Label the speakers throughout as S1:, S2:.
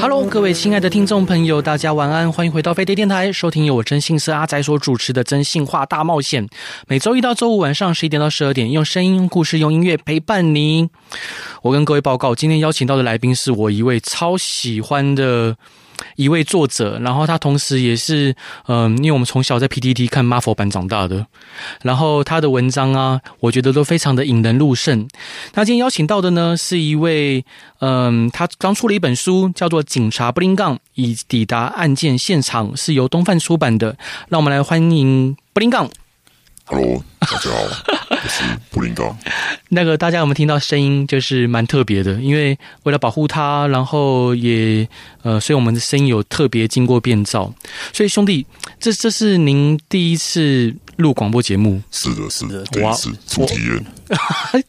S1: Hello，各位亲爱的听众朋友，大家晚安，欢迎回到飞碟电台，收听由我真心是阿仔所主持的《真心话大冒险》，每周一到周五晚上十一点到十二点，用声音、用故事、用音乐陪伴您。我跟各位报告，今天邀请到的来宾是我一位超喜欢的。一位作者，然后他同时也是，嗯、因为我们从小在 PTT 看 Marvel 版长大的，然后他的文章啊，我觉得都非常的引人入胜。那今天邀请到的呢，是一位，嗯，他刚出了一本书，叫做《警察不灵杠：已抵达案件现场》，是由东贩出版的。让我们来欢迎不灵杠。
S2: Hello，大家好，我是布林刚。
S1: 那个大家有没有听到声音？就是蛮特别的，因为为了保护他，然后也呃，所以我们的声音有特别经过变造。所以兄弟，这这是您第一次录广播节目，
S2: 是的，是的，第
S1: 哇
S2: 一次初体验。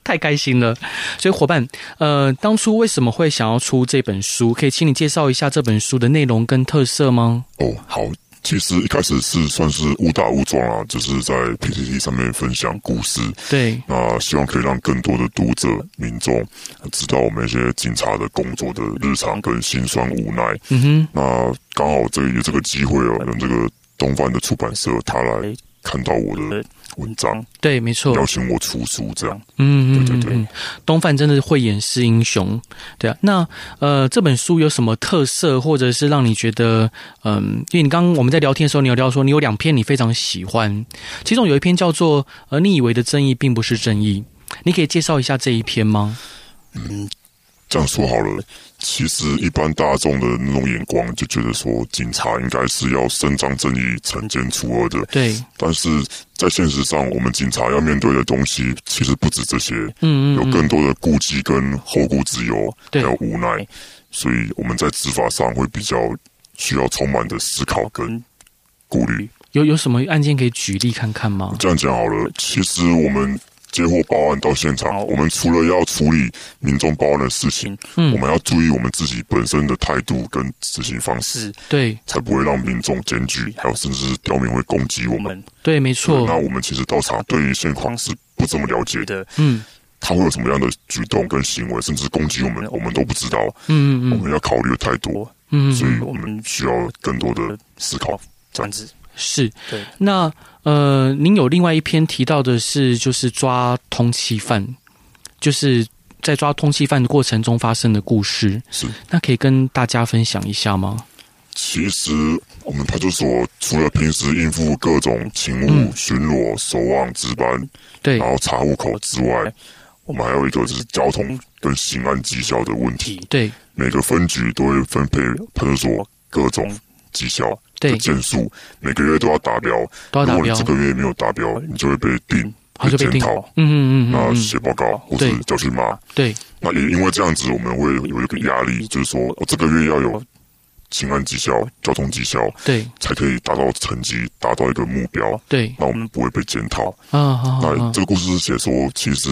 S1: 太开心了。所以伙伴，呃，当初为什么会想要出这本书？可以请你介绍一下这本书的内容跟特色吗？
S2: 哦，好，其实一开始是算是误打误撞啦，就是在 PPT 上面分享故事，
S1: 对，
S2: 那希望可以让更多的读者、民众知道我们一些警察的工作的日常跟辛酸无奈。
S1: 嗯哼，
S2: 那刚好这个有这个机会哦，让这个东方的出版社他来看到我的文章，
S1: 对，没错，
S2: 邀请我出书这样。
S1: 嗯嗯
S2: 对
S1: 嗯
S2: 对对
S1: 嗯，东范真的会演示英雄，对啊。那呃，这本书有什么特色，或者是让你觉得，嗯、因为你刚刚我们在聊天的时候，你有聊说你有两篇你非常喜欢，其中有一篇叫做《呃，你以为的正义并不是正义》，你可以介绍一下这一篇吗？
S2: 这样说好了，其实一般大众的那种眼光就觉得说，警察应该是要伸张正义、惩奸除恶的。
S1: 对，
S2: 但是在现实上，我们警察要面对的东西其实不止这些，
S1: 嗯嗯
S2: 有更多的顾忌跟后顾之忧，还
S1: 对
S2: 有无奈。所以我们在执法上会比较需要充满的思考
S1: 嗯
S2: 跟顾虑。
S1: 有有什么案件可以举例看看吗？
S2: 这样讲好了，其实我们接获报案到现场，我们除了要处理民众报案的事情，
S1: 嗯
S2: 我们要注意我们自己本身的态度跟执行方式，
S1: 对
S2: 才不会让民众检举，还有甚至是刁民会攻击我们。
S1: 对，没
S2: 那
S1: 错，
S2: 我们其实到场对于现况是不怎么了解的，
S1: 嗯
S2: 他会有什么样的举动跟行为，甚至攻击我们，我们都不知道。
S1: 嗯嗯
S2: 我
S1: 嗯
S2: 们要考虑的太多，
S1: 嗯嗯
S2: 所以我们需要更多的思考。这样子，
S1: 是
S3: 对。
S1: 那呃，您有另外一篇提到的是，就是抓通缉犯，就是在抓通缉犯的过程中发生的故事，
S2: 是
S1: 那可以跟大家分享一下吗？
S2: 其实我们派出所除了平时应付各种勤务、巡逻、守望值班，
S1: 嗯对哎
S2: 然，后查户口之外，我们还有一个就是交通跟刑案绩效的问题。
S1: 对，
S2: 每个分局都会分配派出所各种绩效
S1: 对
S2: 的件数，每个月都要达标。
S1: 都要达
S2: 如果
S1: 标
S2: 你这，个月没有达标，你就会被定
S1: 好就被
S2: 检
S1: 定
S2: 讨，
S1: 嗯嗯嗯
S2: 那
S1: 嗯嗯，
S2: 写报告或
S1: 对
S2: 哦是叫去骂。
S1: 对，
S2: 那也因为这样子，我们会有一个压力，就是说，哦我这个月要
S1: 哦
S2: 有刑案绩效、交通绩效，
S1: 对，
S2: 才可以达到成绩，达到一个目标。
S1: 对，
S2: 那我们不会被检讨。
S1: 啊，好好
S2: 那
S1: 好
S2: 这，个故事是写说，其实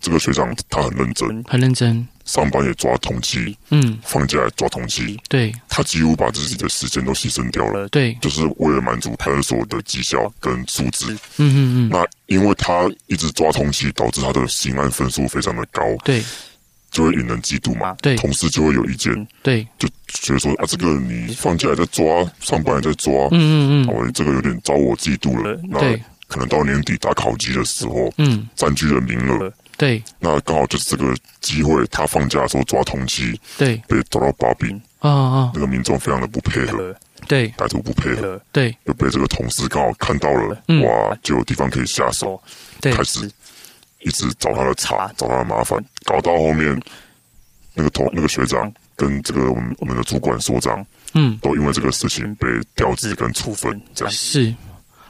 S2: 这个学长他很认真，
S1: 很认真，
S2: 上班也抓统计，
S1: 嗯，
S2: 放假也抓统计，
S1: 对，
S2: 他几乎把自己的时间都牺牲掉了，
S1: 对，
S2: 就是为了满足派出所的绩效跟数字。
S1: 嗯嗯嗯，
S2: 那因为他一直抓通缉，导致他的刑案分数非常的高，
S1: 对，
S2: 就会引人嫉妒嘛。
S1: 对嗯
S2: 同事就会有意见，
S1: 对，
S2: 就觉得说啊，这个你放假也在抓，上班也在抓，
S1: 嗯
S2: 哦
S1: 嗯嗯嗯，
S2: 我这个有点招我嫉妒了。那
S1: 对
S2: 可能到年底打考级的时候，
S1: 嗯，
S2: 占据了名额，
S1: 对，
S2: 那刚好就是这个机会，他放假的时候抓通缉，
S1: 对，
S2: 被抓到把柄，
S1: 啊啊，
S2: 那个民众非常的不配合，
S1: 对，
S2: 歹徒不配合，
S1: 对，
S2: 又被这个同事刚好看到了，
S1: 嗯哦
S2: 哇，就有地方可以下手，
S1: 对嗯
S2: 开，始一直找他的茬，找他的麻烦，搞到后面那个同那个学长跟这个我们我们的主管所长
S1: 嗯，
S2: 都因为这个事情被调职跟处分，这样
S1: 是，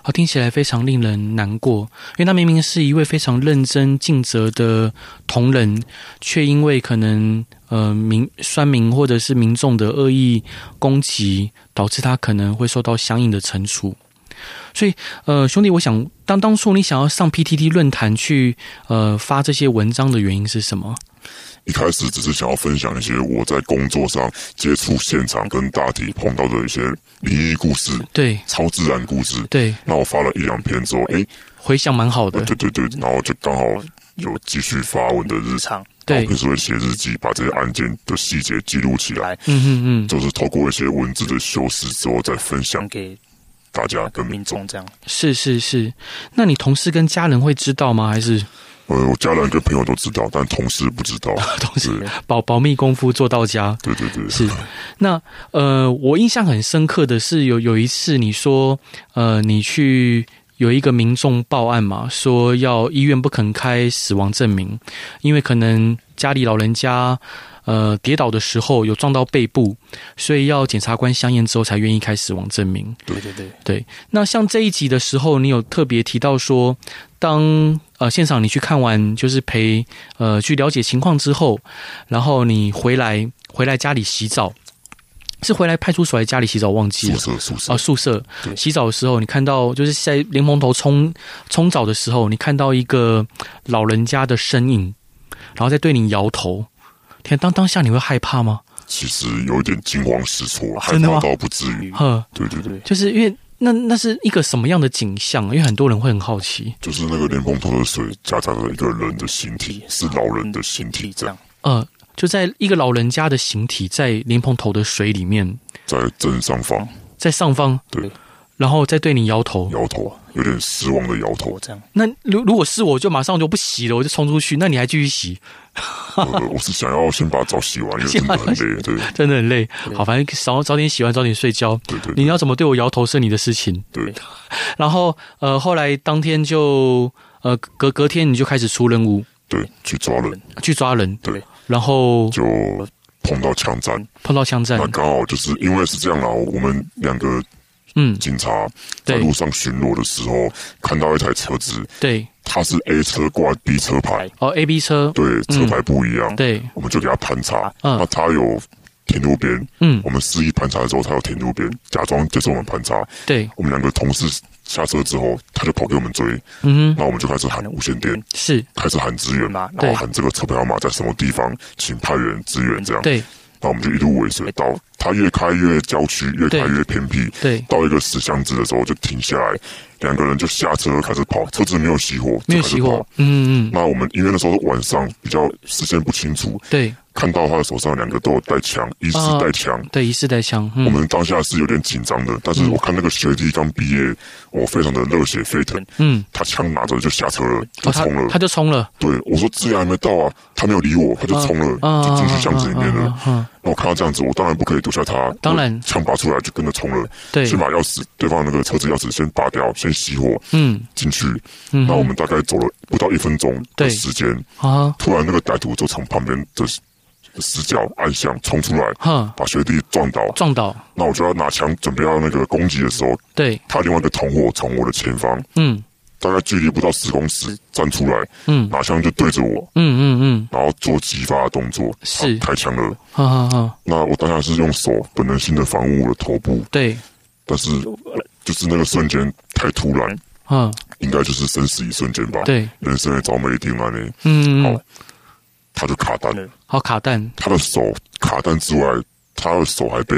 S1: 好，听起来非常令人难过，因为他明明是一位非常认真尽责的同仁，却因为可能呃民酸民或者是民众的恶意攻击，导致他可能会受到相应的惩处。所以，呃，兄弟，我想当当初你想要上 PTT 论坛去呃发这些文章的原因是什么？
S2: 一开始只是想要分享一些我在工作上接触现场跟大体碰到的一些灵异故事、
S1: 对
S2: 超自然故事。
S1: 对，
S2: 那我发了一两篇之后，诶，呃
S1: 回想蛮好的
S2: 对，对对，然后就刚好有继续发文的日常，
S3: 日常
S2: 然后
S1: 对，
S2: 平时会写日记，把这些案件的细节记录起来
S3: 来，
S1: 嗯嗯嗯，
S2: 就是透过一些文字的修饰之后再分享
S3: 讲给
S2: 大家跟
S3: 民众这样。
S1: 是是是。那你同事跟家人会知道吗？还是
S2: 呃，我家人跟朋友都知道，但同事不知 道。
S1: 同事保保密功夫做到家？
S2: 对对对，
S1: 是，那呃，我印象很深刻的是有有一次你说，呃，你去有一个民众报案嘛，说要医院不肯开死亡证明，因为可能家里老人家呃跌倒的时候有撞到背部，所以要检察官相验之后才愿意开死亡证明。
S3: 对对对，
S1: 那像这一集的时候，你有特别提到说，当呃现场你去看完，就是陪呃去了解情况之后，然后你回来回来家里洗澡，是回来派出所还是家里洗澡？忘记
S2: 宿
S1: 了。
S2: 舍宿舍
S1: 啊，宿舍
S3: 对
S1: 洗澡的时候，你看到就是在莲蓬头冲冲澡的时候，你看到一个老人家的身影，然后在对你摇头。天，当当下你会害怕吗？
S2: 其实有一点惊慌失措，害
S1: 真的吗
S2: 怕到不至于。
S1: 呵，
S2: 对对对，
S1: 就是因为那那是一个什么样的景象？因为很多人会很好奇。
S2: 就是那个莲蓬头的水夹杂着一个人的形体，是老人的形体，
S3: 这样
S1: 呃，就在一个老人家的形体在莲蓬头的水里面，
S2: 在正上方
S1: 在上方，
S2: 对，
S1: 然后再对你摇头。
S2: 摇头，有点失望的摇头
S3: 我。这样
S1: 那如如果是我，就马上就不洗了，我就冲出去。那你还继续洗，
S2: 呃，我是想要 先把澡洗完，因为真的很累。对
S1: 真的很累。好，反正早早点洗完，早点睡觉。
S2: 对对
S1: 你要怎么对我摇头是你的事情。
S2: 对，
S1: 然后呃，后来当天就呃隔隔天你就开始出任务
S2: 对，去抓人
S1: 去抓人，
S2: 对，
S1: 然后
S2: 就碰到枪战。
S1: 碰到枪战
S2: 那，刚好就是因为是这样啦，我们两个
S1: 嗯，
S2: 警察在
S1: 对
S2: 路上巡逻的时候，看到一台车子，
S1: 对，
S2: 它是 A 车挂 B 车牌，
S1: 哦，A B 车，
S2: 对，车牌不一样，
S1: 嗯对，
S2: 我们就给他盘查。
S1: 嗯
S2: 那他有停路边，
S1: 嗯
S2: 我，们示意盘查的时候，他有停路边，假装接受我们盘查。
S1: 对，
S2: 我们两个同事下车之后，他就跑给我们追，
S1: 嗯哼，
S2: 那我们就开始喊无线电，
S1: 是，
S2: 开始喊支援
S3: 嘛，
S2: 然后喊这个车票号码在什么地方，请派员支援这样。
S1: 对，
S2: 那我们就一路尾随到他越开越郊区，越开
S1: 对
S2: 越偏僻。
S1: 对，
S2: 到一个死巷子的时候就停下来，两个人就下车开始跑，车子没有熄火，
S1: 没有
S2: 就开始
S1: 熄火
S2: 跑。，
S1: 嗯嗯，嗯
S2: 那我们因为那时候是晚上，比较视线不清楚，
S1: 对
S2: 看到他的手上两个都有带枪，一是带枪。
S1: 对，一世代枪，
S2: 我
S1: 嗯，
S2: 们当下是有点紧张的，但是我看那个学弟刚毕业，我非常的热血沸腾。
S1: 嗯，
S2: 他枪拿着就下车了，就
S1: 哦，他
S2: 冲了。
S1: 他就冲了，
S2: 对我说：“资源还没到啊！”他没有理我，他就冲了，
S1: 啊
S2: 就进去巷子里面
S1: 啊
S2: 了。
S1: 啊啊啊
S2: 那我看他这样子，我当然不可以丢下他，
S1: 当然
S2: 我枪拔出来就跟着冲了。
S1: 对，
S2: 先把钥匙，对方那个车子钥匙先拔掉，先熄火
S1: 嗯
S2: 进去。
S1: 嗯
S2: 那我们大概走了不到一分钟
S1: 对
S2: 的时间，
S1: 啊
S2: 突然那个歹徒就从旁边的死角暗巷冲出来，
S1: 哈
S2: 把学弟撞倒。
S1: 撞倒，
S2: 那我就要拿枪准备要那个攻击的时候，
S1: 对，
S2: 他另外一个同伙从我的前方，
S1: 嗯
S2: 大概距离不到十公尺站出来，
S1: 嗯
S2: 拿枪就对着我，
S1: 嗯嗯嗯，
S2: 然后做击发的动作，
S1: 是
S2: 他开枪了。
S1: 哈哈哈，
S2: 那我当然是用手本能性的防护我的头部，
S1: 对，
S2: 但是就是那个瞬间太突然，
S1: 啊
S2: 应该就是生死一瞬间吧。，
S1: 对，
S2: 人生也早没定啊呢。
S1: 嗯，嗯
S2: 好他就卡弹，
S3: 嗯
S1: 好卡弹，
S2: 他的手卡弹之外，他的手还被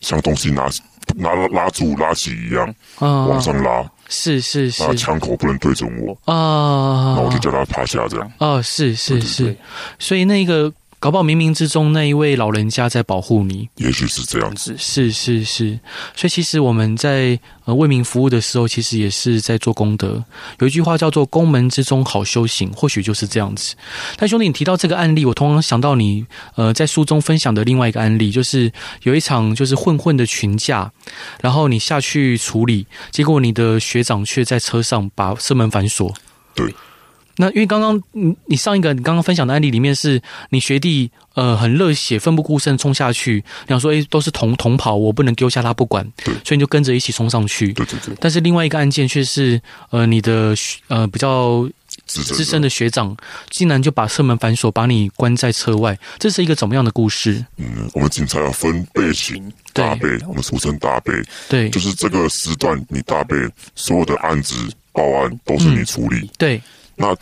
S2: 像东西拿拿拉住拉起一样
S1: 啊，
S2: 往上拉，
S1: 是是是
S2: 那枪口不能对准我，
S1: 啊
S2: 那我就叫他趴下这样。
S1: 啊，是是
S3: 对
S1: 是，所以那个搞不好冥冥之中那一位老人家在保护你，
S2: 也许是这样子，
S3: 是
S1: 是是是，所以其实我们在呃为民服务的时候，其实也是在做功德。有一句话叫做“宫门之中好修行”，或许就是这样子。但兄弟，你提到这个案例，我通常想到你呃在书中分享的另外一个案例，就是有一场就是混混的群架，然后你下去处理，结果你的学长却在车上把车门反锁。
S2: 对。
S1: 那因为刚刚你你上一个你刚刚分享的案例里面是你学弟呃很热血奋不顾身冲下去，你想说诶都是同同跑，我不能丢下他不管，
S2: 对
S1: 所以你就跟着一起冲上去。
S2: 对对对，
S1: 但是另外一个案件却是呃你的呃比较
S2: 资深
S1: 资深的学长，竟然就把车门反锁，把你关在车外，这是一个怎么样的故事？啊
S2: 嗯，我们警察要分背型，
S1: 对
S2: 大背，我们俗称大背，
S1: 对
S2: 就是这个时段你大背所有的案子报案都是你处理。
S1: 对
S2: 那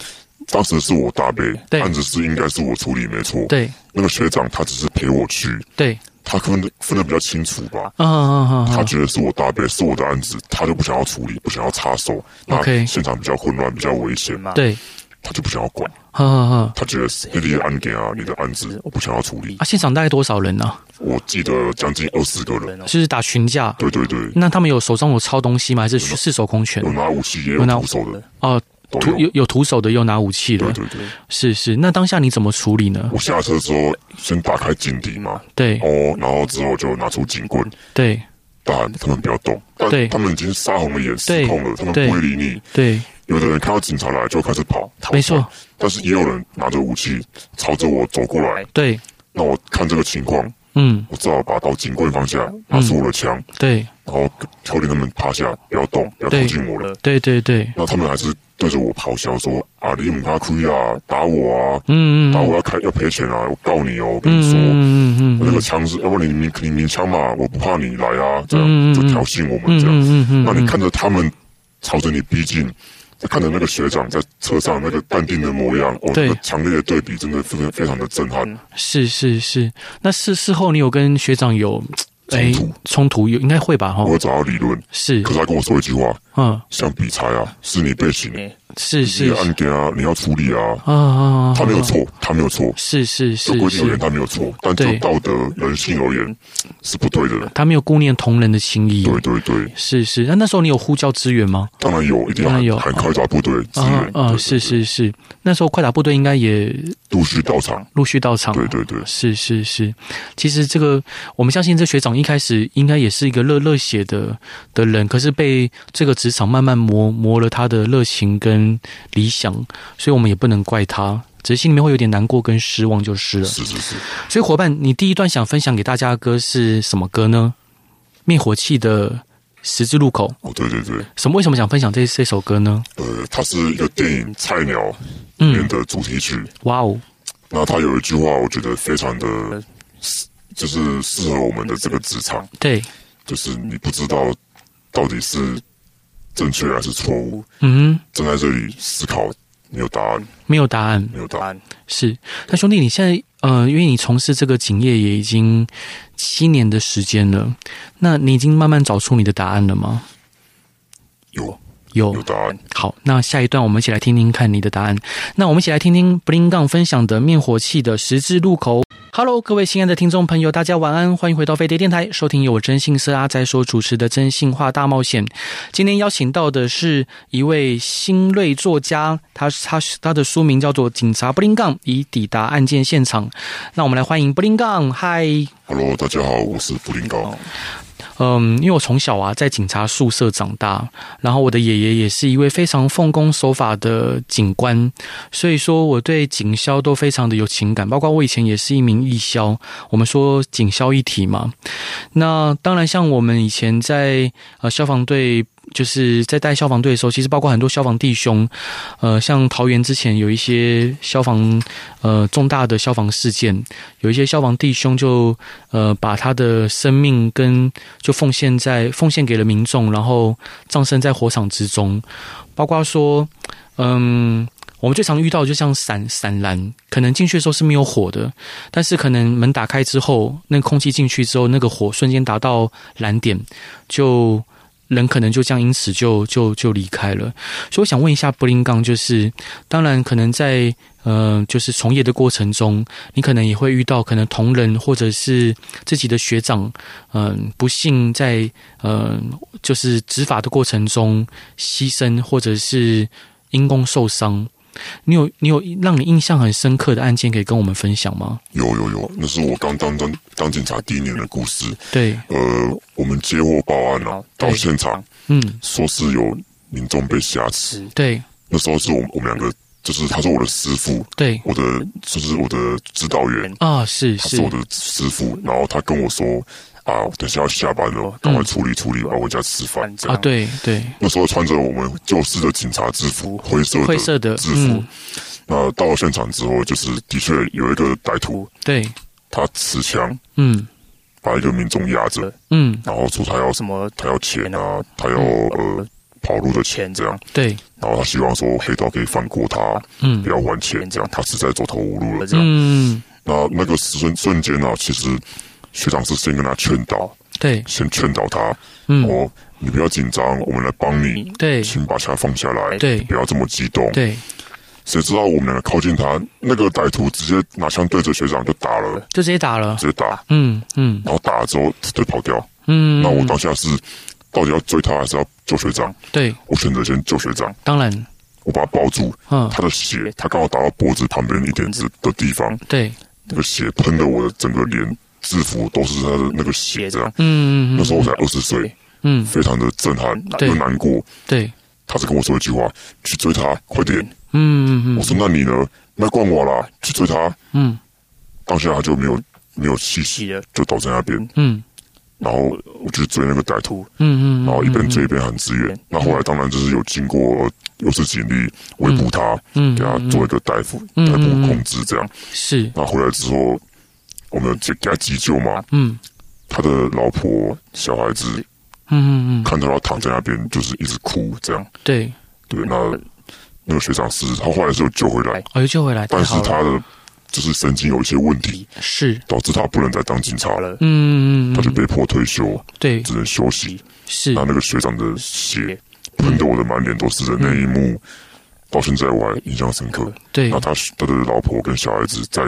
S2: 当时是我大背，
S1: 嗯对
S2: 案子是应该是我处理没错。，
S1: 对
S2: 那个学长他只是陪我去，
S1: 对，
S2: 他分的分的比较清楚吧。
S1: 嗯嗯嗯嗯
S2: 他
S1: 嗯，
S2: 觉得是我大背，是我的案子，他就不想要处理，不想要插手。那
S1: OK
S2: 现场比较混乱，比较危险嘛，
S1: 对，嗯
S2: 他就不想要管。
S1: 呵呵呵。
S2: 他觉得是你的案件啊，你的案子，我不想要处理。
S1: 啊，现场大概多少人呢、
S2: 我记得将近二十个人，
S1: 就是打群架，
S2: 对对对，
S1: 那他们有手上有抄东西吗？还是四手空拳
S2: 有？拿武器也有
S1: 有拿
S2: 徒手的，
S1: 哦、
S2: 都
S1: 徒有
S2: 有。
S1: 有徒手的，又拿武器
S2: 对
S1: 的，
S2: 对哦对，
S1: 是是。那当下你怎么处理呢
S2: 我？下车之后先打开警笛嘛，
S1: 对
S2: 哦，然后之后就拿出警棍，
S1: 对
S2: 大喊他们不要动，
S1: 对
S2: 但他们已经杀红了眼，失控了，他们
S1: 对
S2: 不会理你。
S1: 对，
S2: 有的人看到警察来就开始跑，逃
S1: 没错
S2: 窜，但是也有人拿着武器朝着我走过来，
S1: 对，
S2: 那我看这个情况，
S1: 嗯，
S2: 我只好把刀警棍放下，拿出我的枪，
S1: 对
S2: 然后挑令他们趴下，不要动，不要靠近我了。
S1: 对对对，
S2: 那他们还是对着我咆哮说：“啊，你母他亏啊，打我啊，
S1: 嗯嗯
S2: 打
S1: 嗯
S2: 我要开要赔钱啊，我告你哦，我跟你说。
S1: 嗯嗯嗯
S2: 那
S1: 嗯
S2: 个枪是，要不然你鸣你鸣枪嘛，我不怕你来啊，这样、
S1: 嗯嗯嗯
S2: 就挑衅我们
S1: 嗯
S2: 这样。
S1: 嗯嗯
S2: 那
S1: 嗯
S2: 你看着他们朝着你逼近，再看着那个学长在车上那个淡定的模样，哦，
S1: 对嗯
S2: 那个强烈的对比真的非常非常的震撼。
S1: 是是是。那事事后你有跟学长有哎
S2: 冲突
S1: 冲突有应该会吧哈
S2: 我？会找他理论，
S1: 是
S2: 可是他跟我说一句话：
S1: 嗯
S2: 像比赛啊，是你被刑，
S1: 是
S2: 你
S1: 是
S2: 的案件啊，你要处理啊。
S1: 啊啊，啊
S2: 他没有
S1: 啊
S2: 错，他没有错，
S1: 是是
S2: 就是规定而言
S1: 是，
S2: 他没有错，但就
S1: 对
S2: 道德人性而言是不对的。
S1: 他没有顾念同仁的情谊。
S2: 对对对，
S1: 是是，那那时候你有呼叫支援吗？
S2: 当然有，一定
S1: 嗯
S2: 要
S1: 当然有
S2: 喊喊快打部队支援
S1: 啊，啊，
S2: 对
S1: 是，是是，那时候快打部队应该也
S2: 对陆续到场。
S1: 陆续到场。
S2: 对对对，
S1: 是是是，其实这个我们相信，这学长一开始应该也是一个热热血的的人，可是被这个职场慢慢磨磨了他的热情跟理想，所以我们也不能怪他，只是心里面会有点难过跟失望就是了。
S2: 是是是。
S1: 所以伙伴，你第一段想分享给大家的歌是什么歌呢？灭火器的《十字路口》，
S2: 哦，对对对，
S1: 什么为什么想分享这这首歌呢？
S2: 呃，它是一个电影《菜鸟》里面
S1: 嗯，
S2: 的主题曲。
S1: 哇哦，
S2: 那它有一句话，我觉得非常的，就是适合我们的这个职场，
S1: 对，
S2: 就是你不知道到底是正确还是错误，
S1: 嗯哼。
S2: 正在这里思考，没有答案，
S1: 没有答案
S2: 没有答案。
S1: 是。那兄弟，你现在呃，因为你从事这个警业也已经七年的时间了，那你已经慢慢找出你的答案了吗？
S2: 有
S1: 有
S2: 有。答案，
S1: 好，那下一段我们一起来听听看你的答案。那我们一起来听听 Bling Gang 分享的灭火器的十字路口。Hello，各位亲爱的听众朋友，大家晚安，欢迎回到飞碟电台，收听由我真性色阿仔所主持的《真性话大冒险》。今天邀请到的是一位新锐作家，他他他的书名叫做《警察布林杠已抵达案件现场》。那我们来欢迎布林杠，嗨，
S2: Hello，大家好，我是布林
S3: 哦
S2: 高。
S1: 嗯，因为我从小啊在警察宿舍长大，然后我的爷爷也是一位非常奉公守法的警官，所以说我对警消都非常的有情感，包括我以前也是一名义消，我们说警消一体嘛。那当然，像我们以前在呃消防队。就是在带消防队的时候，其实包括很多消防弟兄，呃，像桃园之前有一些消防呃重大的消防事件，有一些消防弟兄就呃把他的生命跟就奉献在奉献给了民众，然后葬身在火场之中。包括说，嗯，我们最常遇到的就像闪闪燃，可能进去的时候是没有火的，但是可能门打开之后，那空气进去之后，那个火瞬间达到燃点，就人可能就这样因此就就就离开了。所以我想问一下布林杠，就是当然可能在呃就是从业的过程中，你可能也会遇到可能同仁或者是自己的学长，嗯、不幸在呃就是执法的过程中牺牲或者是因公受伤。你有你有让你印象很深刻的案件可以跟我们分享吗？
S2: 有有有，那是我刚当当当警察第一年的故事。
S1: 对，
S2: 呃，我们接获报案啊，到现场
S1: 嗯，
S2: 说是有民众被挟持。
S1: 对
S2: 那时候是我们我们两个，就是他是我的师傅，
S1: 对
S2: 我的就是我的指导员，
S1: 啊，是
S2: 他
S1: 是
S2: 是我，的师傅。然后他跟我说，啊，我等一下要下班
S1: 嗯
S2: 了，赶快处理处理，我要回家吃饭。这
S1: 啊，
S2: 样
S1: 对对，
S2: 那时候穿着我们旧式的警察制服，灰色的
S1: 嗯灰色的
S2: 制，服
S1: 嗯。，
S2: 那到了现场之后，就是的确有一个歹徒，
S1: 对，
S2: 他持枪
S1: 嗯
S2: 把一个民众压着，
S1: 嗯，
S2: 然后说他要
S3: 什么
S2: 他要钱啊，他要呃跑路的钱这样，
S1: 对，
S2: 然后他希望说黑道可以放过他，
S1: 嗯
S2: 不要还钱这样，他是在走投无路了这样。
S1: 嗯，
S2: 那那个瞬瞬间呢、啊，其实学长是先跟他劝
S1: 哦
S2: 导，
S1: 对，
S2: 先劝导他，
S1: 嗯
S2: 哦，你不要紧张，我们来帮你，
S1: 对
S2: 请把枪放下来，
S1: 对
S2: 不要这么激动。
S1: 对，
S2: 谁知道我们两个靠近他，那个歹徒直接拿枪对着学长就打了，
S1: 就直接打了，
S2: 直接打，
S1: 嗯嗯
S2: 然后打了之后他就跑掉。
S1: 嗯，
S2: 那我当下是到底要追他还是要救学长？
S1: 对，
S2: 我选择先救学长，
S1: 当然，
S2: 我把他抱住，
S1: 嗯，
S2: 他的血他刚好打到脖子旁边一点子的地方，
S1: 对，
S2: 那个血喷的我的整个脸制服都是他的那个血，这样。
S1: 嗯嗯
S2: 那
S1: 嗯
S2: 时候我才二十岁，
S1: 嗯，
S2: 非常的震撼
S1: 对
S2: 又难过。
S1: 对，
S2: 他只跟我说一句话：“去追他，快点！”
S1: 嗯嗯
S2: 我
S1: 嗯
S2: 说：“那你呢？卖惯我啦，去追他。
S1: 嗯”
S2: 当下他就没有没有气息，
S3: 气的，
S2: 就倒在那边。
S1: 嗯
S2: 然后我去追那个歹徒，
S1: 嗯嗯，嗯
S2: 然后一边追一边喊支援。那后来当然就是有经过呃又是警力围捕他，
S1: 嗯
S2: 给他做一个逮捕
S1: 嗯
S2: 逮捕控制这样。
S1: 是，
S2: 那回来之后，我们给给他急救嘛，
S1: 嗯
S2: 他的老婆小孩子
S1: 嗯嗯嗯，
S2: 看到他躺在那边，就是一直哭这样。
S1: 对，
S2: 对，那那个学长是他后来是有救回来，
S1: 哦，又救回来，太
S2: 但是
S1: 好了，
S2: 他的就是神经有一些问题，
S1: 是，
S2: 导致他不能再当警察了，
S1: 嗯嗯
S2: 他就
S1: 嗯，
S2: 被迫退休，
S1: 对，
S2: 只能休息。
S1: 是
S2: 那，那个学长的血喷
S1: 嗯
S2: 得我的满脸都是的那一幕，到现在我还印象深刻。
S1: 嗯对
S2: 那，他他的老婆跟小孩子在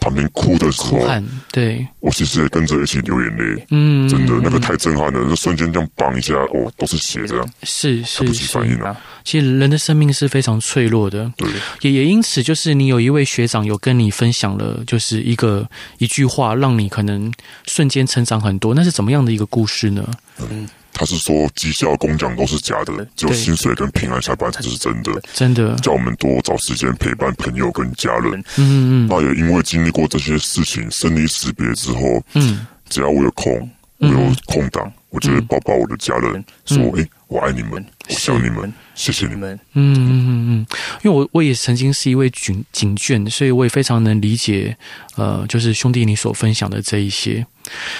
S2: 旁边哭的时
S1: 哭
S2: 候，
S1: 喊，对，
S2: 我其实也跟着一起流眼泪。
S1: 嗯，
S2: 真的，那个太震撼了！那瞬间这样绑一下，哦，都是血这样，
S1: 是
S2: 来
S1: 是
S2: 不及
S1: 是
S2: 反，应了。
S1: 其实人的生命是非常脆弱的，
S2: 对，
S1: 也也因此，就是你有一位学长有跟你分享了，就是一个一句话，让你可能瞬间成长很多。那是怎么样的一个故事呢？
S2: 他是说绩效工奖都是假的，只有
S1: 嗯对嗯
S2: 薪水跟平安下班才是真的。
S1: 真的，
S2: 叫我们多找时间陪伴朋友跟家人。
S1: 嗯嗯
S2: 那也因为经历过这些事情，生离死别之后，
S1: 嗯，
S2: 只要我有空，我有空档，我就会抱抱我的家人，说：“诶，我爱你们，我想你们，谢谢你
S3: 嗯你
S2: 们。
S3: 们
S1: 嗯嗯嗯嗯，因为我我也曾经是一位警警眷，所以我也非常能理解，呃，就是兄弟你所分享的这一些。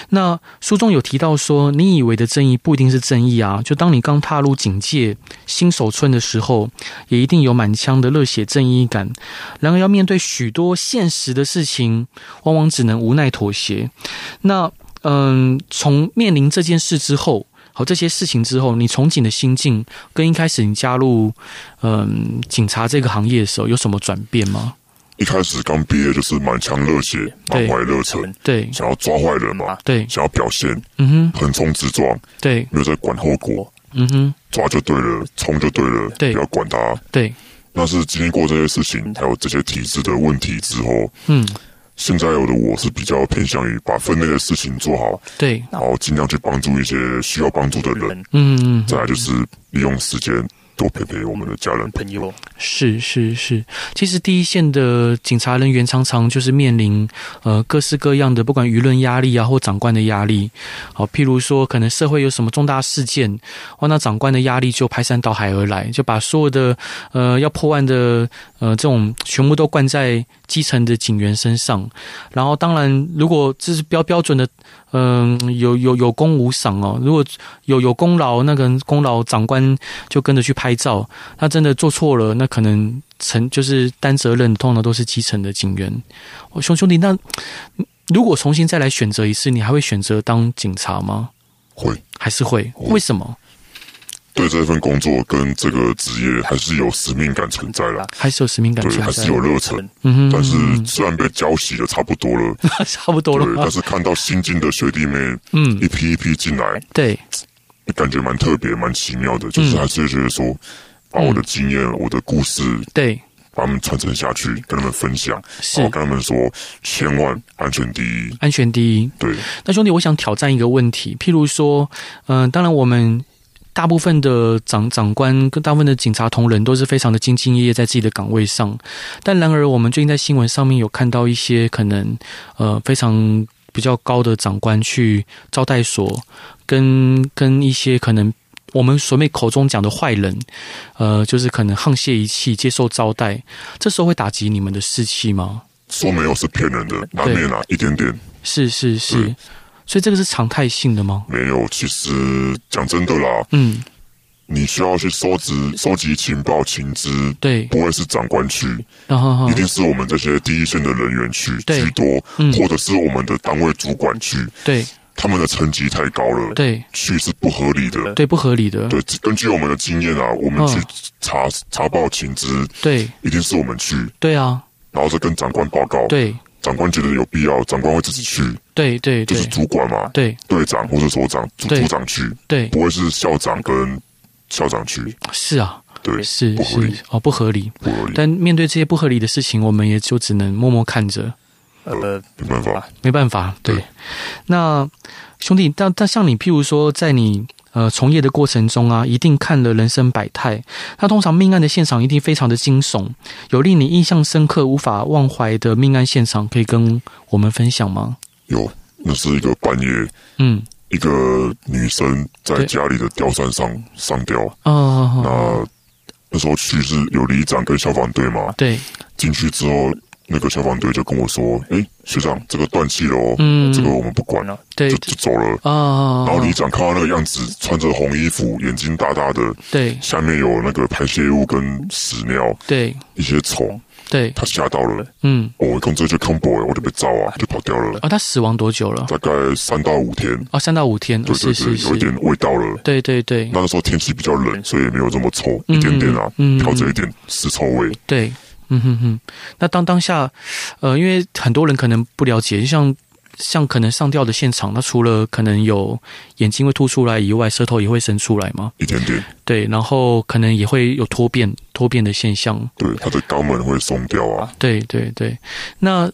S1: 那呃书中有提到说，你以为的正义不一定是正义啊。就当你刚踏入警界新手村的时候，也一定有满腔的热血正义感。然而，要面对许多现实的事情，往往只能无奈妥协。那，嗯，从面临这件事之后，好这些事情之后，你从警的心境跟一开始你加入嗯警察这个行业的时候有什么转变吗？
S2: 一开始刚毕业就是满腔热血，满
S1: 对
S2: 怀热忱，
S1: 对
S2: 想要抓坏人嘛，
S1: 对，
S2: 想要表现，
S1: 嗯哼，
S2: 横冲直撞，
S1: 对，
S2: 没有在管后果，
S1: 嗯哼，
S2: 抓就对了，冲就对了，
S1: 对
S2: 不要管他。
S1: 对，
S2: 但是经历过这些事情，还有这些体制的问题之后，
S1: 嗯，
S2: 现在有的我是比较偏向于把分内的事情做好，
S1: 对，
S2: 然后尽量去帮助一些需要帮助的人。
S1: 哦嗯，
S2: 再来就是利用时间多陪陪我们的家
S1: 嗯
S2: 人。
S3: 朋友
S1: 是是是。其实第一线的警察人员常常就是面临呃各式各样的，不管舆论压力啊，或长官的压力，好、譬如说可能社会有什么重大事件，哇，那长官的压力就排山倒海而来，就把所有的呃要破案的呃这种全部都灌在基层的警员身上。然后当然，如果这是标标准的，嗯、有有有功无赏哦，如果有有功劳，那个功劳长官就跟着去拍照。那真的做错了，那可能承就是担责任，通常都是基层的警员。我兄兄弟，那嗯如果重新再来选择一次，你还会选择当警察吗？
S2: 会
S1: 还是会？
S2: 会
S1: 为什么？
S2: 对这份工作跟这个职业还是有使命感存在啦，
S1: 还是有使命感
S2: 对，
S1: 存
S2: 还
S1: 在
S2: 是？有热忱。
S1: 嗯哼，
S2: 但是虽然被浇熄的差不多了，
S1: 差不多
S2: 对，
S1: 了
S2: 但。是看到新进的学弟妹
S1: 嗯
S2: 一，批一批进来，
S1: 对，
S2: 感觉蛮特别、蛮奇妙
S1: 嗯
S2: 的，就是还是会觉得说，把我的经验、我的故事，
S1: 对，
S2: 把他们传承下去，跟他们分享，
S1: 是
S2: 然后跟他们说，千万安全第一。
S1: 安全第一。
S2: 对，
S1: 那兄弟，我想挑战一个问题，譬如说，嗯、当然我们大部分的长长官跟大部分的警察同仁都是非常的兢兢业业在自己的岗位上，但然而我们最近在新闻上面有看到一些可能呃非常。比较高的长官去招待所，跟跟一些可能我们所谓口中讲的坏人，呃，就是可能沆瀣一气接受招待，这时候会打击你们的士气吗？
S2: 说没有是骗人的，难免啊，一点点
S1: 是是是
S2: 对，
S1: 所以这个是常态性的吗？
S2: 没有。其实讲真的啦，
S1: 嗯，
S2: 你需要去收集收集情报情资，
S1: 对，
S2: 不会是长官去，
S1: 然后哈
S2: 一定是我们这些第一线的人员去
S1: 嗯对
S2: 居多
S1: 嗯，
S2: 或者是我们的单位主管去，
S1: 对
S2: 他们的层级太高了，
S1: 对
S2: 去是不合理的。
S1: 对不合理的，
S2: 对，根据我们的经验啊，我们
S1: 嗯
S2: 去查查报情资，
S1: 对
S2: 一定是我们去，
S1: 对啊，
S2: 然后再跟长官报告。，
S1: 对
S2: 长官觉得有必要，长官会自己去，
S1: 对对
S2: 就是
S1: 对
S2: 主管嘛，
S1: 对
S2: 队长或者所长、组
S1: 对
S2: 组长去，
S1: 对，
S2: 不会是校长跟校长去。
S1: 是啊，
S2: 对，
S1: 是
S2: 不合
S1: 是
S2: 理，嗯
S1: 哦，不合理。
S2: 不合理，
S1: 但面对这些不合理的事情，我们也就只能默默看着，
S3: 呃，
S2: 没办法。
S1: 没办法。对，
S2: 对
S1: 那兄弟，但但像你，譬如说，在你呃从业的过程中啊，一定看了人生百态。那通常命案的现场一定非常的惊悚，有令你印象深刻、无法忘怀的命案现场，可以跟我们分享吗？
S2: 有，那是一个半夜，
S1: 嗯，
S2: 一个女生在
S1: 对
S2: 家里的吊扇上上吊。
S1: 哦哦，哦啊
S2: 那那时候去是有里长跟消防队嘛，
S1: 对，
S2: 进去之后，那个消防队就跟我说：“哎、学长，这个断气了哦，
S1: 嗯
S2: 这个我们不管，
S1: 对
S2: 就，就走了。”
S1: 啊、哦
S2: 然后里长看到那个样子，穿着红衣服，眼睛大大的，
S1: 对
S2: 下面有那个排泄物跟屎尿，
S1: 对
S2: 一些虫，
S1: 对，
S2: 他吓到了。
S1: 嗯，
S2: 哦，我控制就 combo，我就被照啊，就跑掉了。
S1: 哦，他死亡多久了？
S2: 大概三到五天，
S1: 哦，三到五天，
S2: 对对
S1: 是
S2: 对
S1: 是，
S2: 有
S1: 是，
S2: 一点味道了。
S1: 对对对
S2: 那时候天气比较冷，所以没有这么臭，
S1: 嗯
S2: 一点点啊
S1: 嗯，
S2: 飘着一点尸臭味。
S1: 对，嗯哼哼。那当当下，呃，因为很多人可能不了解，像像可能上吊的现场，那除了可能有眼睛会凸出来以外，舌头也会伸出来嘛，
S2: 一点点，
S1: 对，然后可能也会有脱变脱变的现象，
S2: 对，他的肛门会松掉啊。
S1: 对对对。那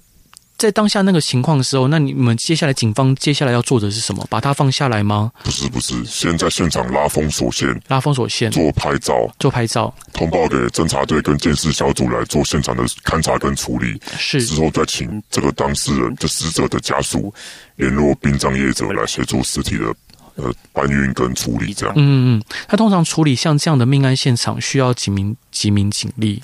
S1: 在当下那个情况的时候，那你们接下来警方接下来要做的是什么？把它放下来吗？
S2: 不是不是，先在现场拉封锁线，
S1: 拉封锁线，
S2: 做拍照，
S1: 做拍照，
S2: 通报给侦查队跟监视小组来做现场的勘查跟处理，
S1: 是嗯
S2: 之后再请这个当事人，就死者的家属联络殡葬业者来协助尸体的呃搬运跟处理，这样。
S1: 嗯嗯，他通常处理像这样的命案现场需要几名几名警力，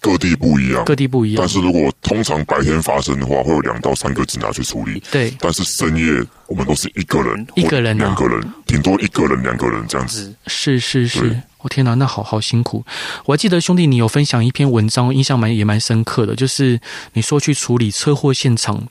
S2: 各地不一样，
S1: 各地不一样
S2: 但。是如果通常白天发生的话，会有两到三个警察去处理。
S1: 对，
S2: 但是深夜我们都是一个人，
S1: 一个人啊
S2: 或两个人，顶多一个人、两个人这样子。
S1: 是是是
S2: 对，
S1: 我、天哪，那好好辛苦。我还记得兄弟，你有分享一篇文章，印象蛮也蛮深刻的，就是你说去处理车祸现场。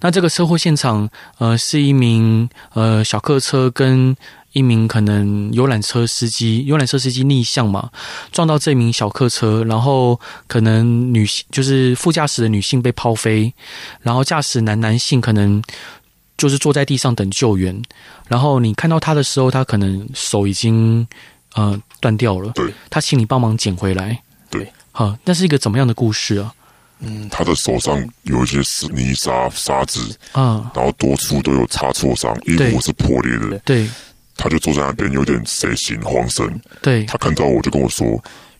S1: 那这个车祸现场，呃，是一名呃小客车跟一名可能游览车司机，游览车司机逆向嘛，撞到这名小客车，然后可能女性就是副驾驶的女性被抛飞，然后驾驶男男性可能就是坐在地上等救援，然后你看到他的时候，他可能手已经呃断掉了，
S2: 对，
S1: 他请你帮忙捡回来，
S2: 对，
S1: 好，那是一个怎么样的故事啊？
S2: 他的手上有一些是泥沙、沙子，
S1: 啊，
S2: 然后多处都有擦挫伤，衣
S1: 对
S2: 服是破裂的。
S1: 对
S2: 他就坐在那边，有点神形慌神。
S1: 嗯对
S2: 他看到我就跟我说：“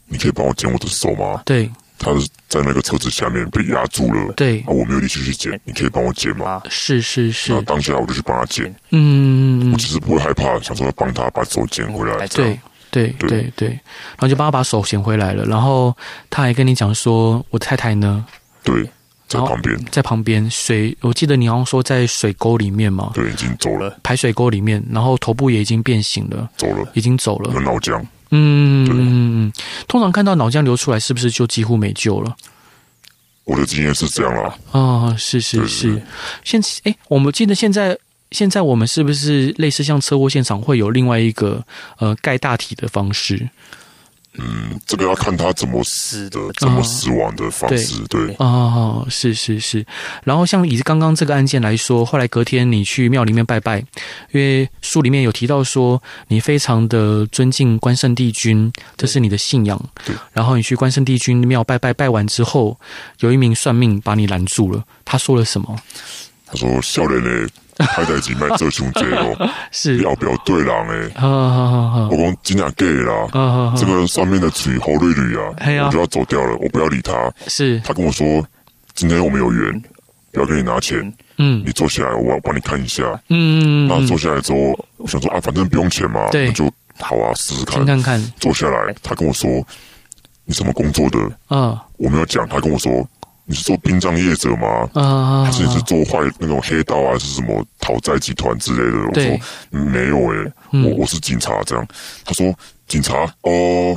S2: 你可以帮我捡我的手吗
S1: 对？”
S2: 他是在那个车子下面被压住了，
S1: 对
S2: 啊，，我没有力气去捡，你可以帮我捡吗？
S1: 是是
S2: 那
S1: 是，
S2: 当下我就去帮他捡，
S1: 嗯，
S2: 我其实不会害怕，想说要帮他把手捡回来。这样
S1: 对对
S2: 对
S1: 对对，然后就帮他把手捡回来了，然后他还跟你讲说，我太太呢
S2: 对，在
S1: 然后
S2: 旁边，
S1: 在旁边水，我记得你好像说在水沟里面嘛，
S2: 对，已经走了，
S1: 排水沟里面，然后头部也已经变形了，
S2: 走了，
S1: 已经走了，
S2: 有脑浆，
S1: 嗯嗯
S2: 对
S1: 嗯嗯，通常看到脑浆流出来，是不是就几乎没救了？
S2: 我的经验是这样啦，
S1: 哦，是是
S2: 对
S1: 是，现哎，我们记得现在现在我们是不是类似像车祸现场会有另外一个呃盖大体的方式？呃
S2: 嗯，这个要看他怎么死的，怎么死亡的方式，对，
S1: 哦，是是是。然后像以刚刚这个案件来说，后来隔天你去庙里面拜拜，因为书里面有提到说你非常的尊敬关圣帝君，这是你的信仰
S2: 对。
S1: 然后你去关圣帝君庙拜拜，拜完之后，有一名算命把你拦住了，他说了什么？
S2: 他说笑脸嘞，太太已卖这 熊这哦，
S1: 是
S2: 要不要对人诶？
S1: 啊啊
S2: 我讲真的 gay 啦，
S1: 啊啊！
S2: 这个上面的嘴侯瑞瑞啊
S1: 嘿啊，
S2: 我就要走掉了，我不要理他。
S1: 是
S2: 他跟我说，今天我们有缘，不要给你拿钱，
S1: 嗯
S2: 你坐下来，我帮你看一下。
S1: 嗯，
S2: 那坐下来之后，我想说啊，反正不用钱嘛，
S1: 对
S2: 那就好啊，试试
S1: 先
S2: 看。
S1: 看看，
S2: 坐下来，他跟我说你什么工作的，
S1: 嗯
S2: 我没有讲。他跟我说你是做殡葬业者吗？
S1: 啊
S2: 还是你是做坏那种黑道啊，是什么讨债集团之类的？我
S1: 对
S2: 说嗯没有诶、
S1: 嗯
S2: 我我是警察这样。他说警察哦，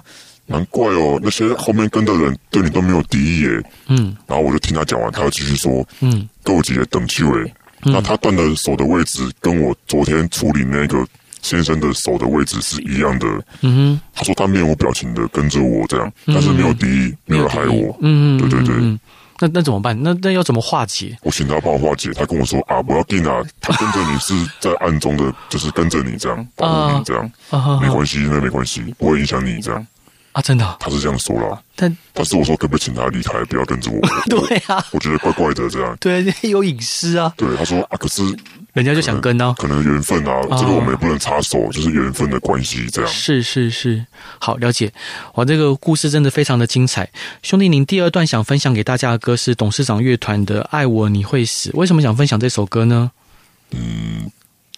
S2: 难怪哦，那些后面跟的人对你都没有敌意耶、
S1: 嗯
S2: 然后我就听他讲完，他又继续说
S1: 嗯
S2: 跟我姐姐等去诶、那他断的手的位置跟我昨天处理那个先生的手的位置是一样的。
S1: 嗯哼
S2: 他说他面无表情的跟着我这样，但是没有敌意，没有人害我。
S1: 嗯嗯嗯，
S2: 对对对，
S1: 嗯，那那怎么办？那那要怎么化解？
S2: 我请他帮我化解，他跟我说啊，不要定啊，他跟着你是在暗中的， 就是跟着你这样保护你这样，
S1: 嗯啊嗯
S2: 没关系，那没关系，不会影响你这样。
S1: 啊，真的，
S2: 他是这样说啦，
S1: 但
S2: 但是我说可不可以请他离开，不要跟 着我，
S1: 对啊，
S2: 我觉得怪怪的这样。
S1: 对，有隐私啊，
S2: 对，他说啊，可是
S1: 人家就想跟啊。
S2: 可能缘分啊，这个我们也不能插手，就是缘分的关系这样。
S1: 是是是，好了解。哇，这个故事真的非常的精彩。兄弟，您第二段想分享给大家的歌是董事长乐团的《爱我你会死》，为什么想分享这首歌呢？
S2: 嗯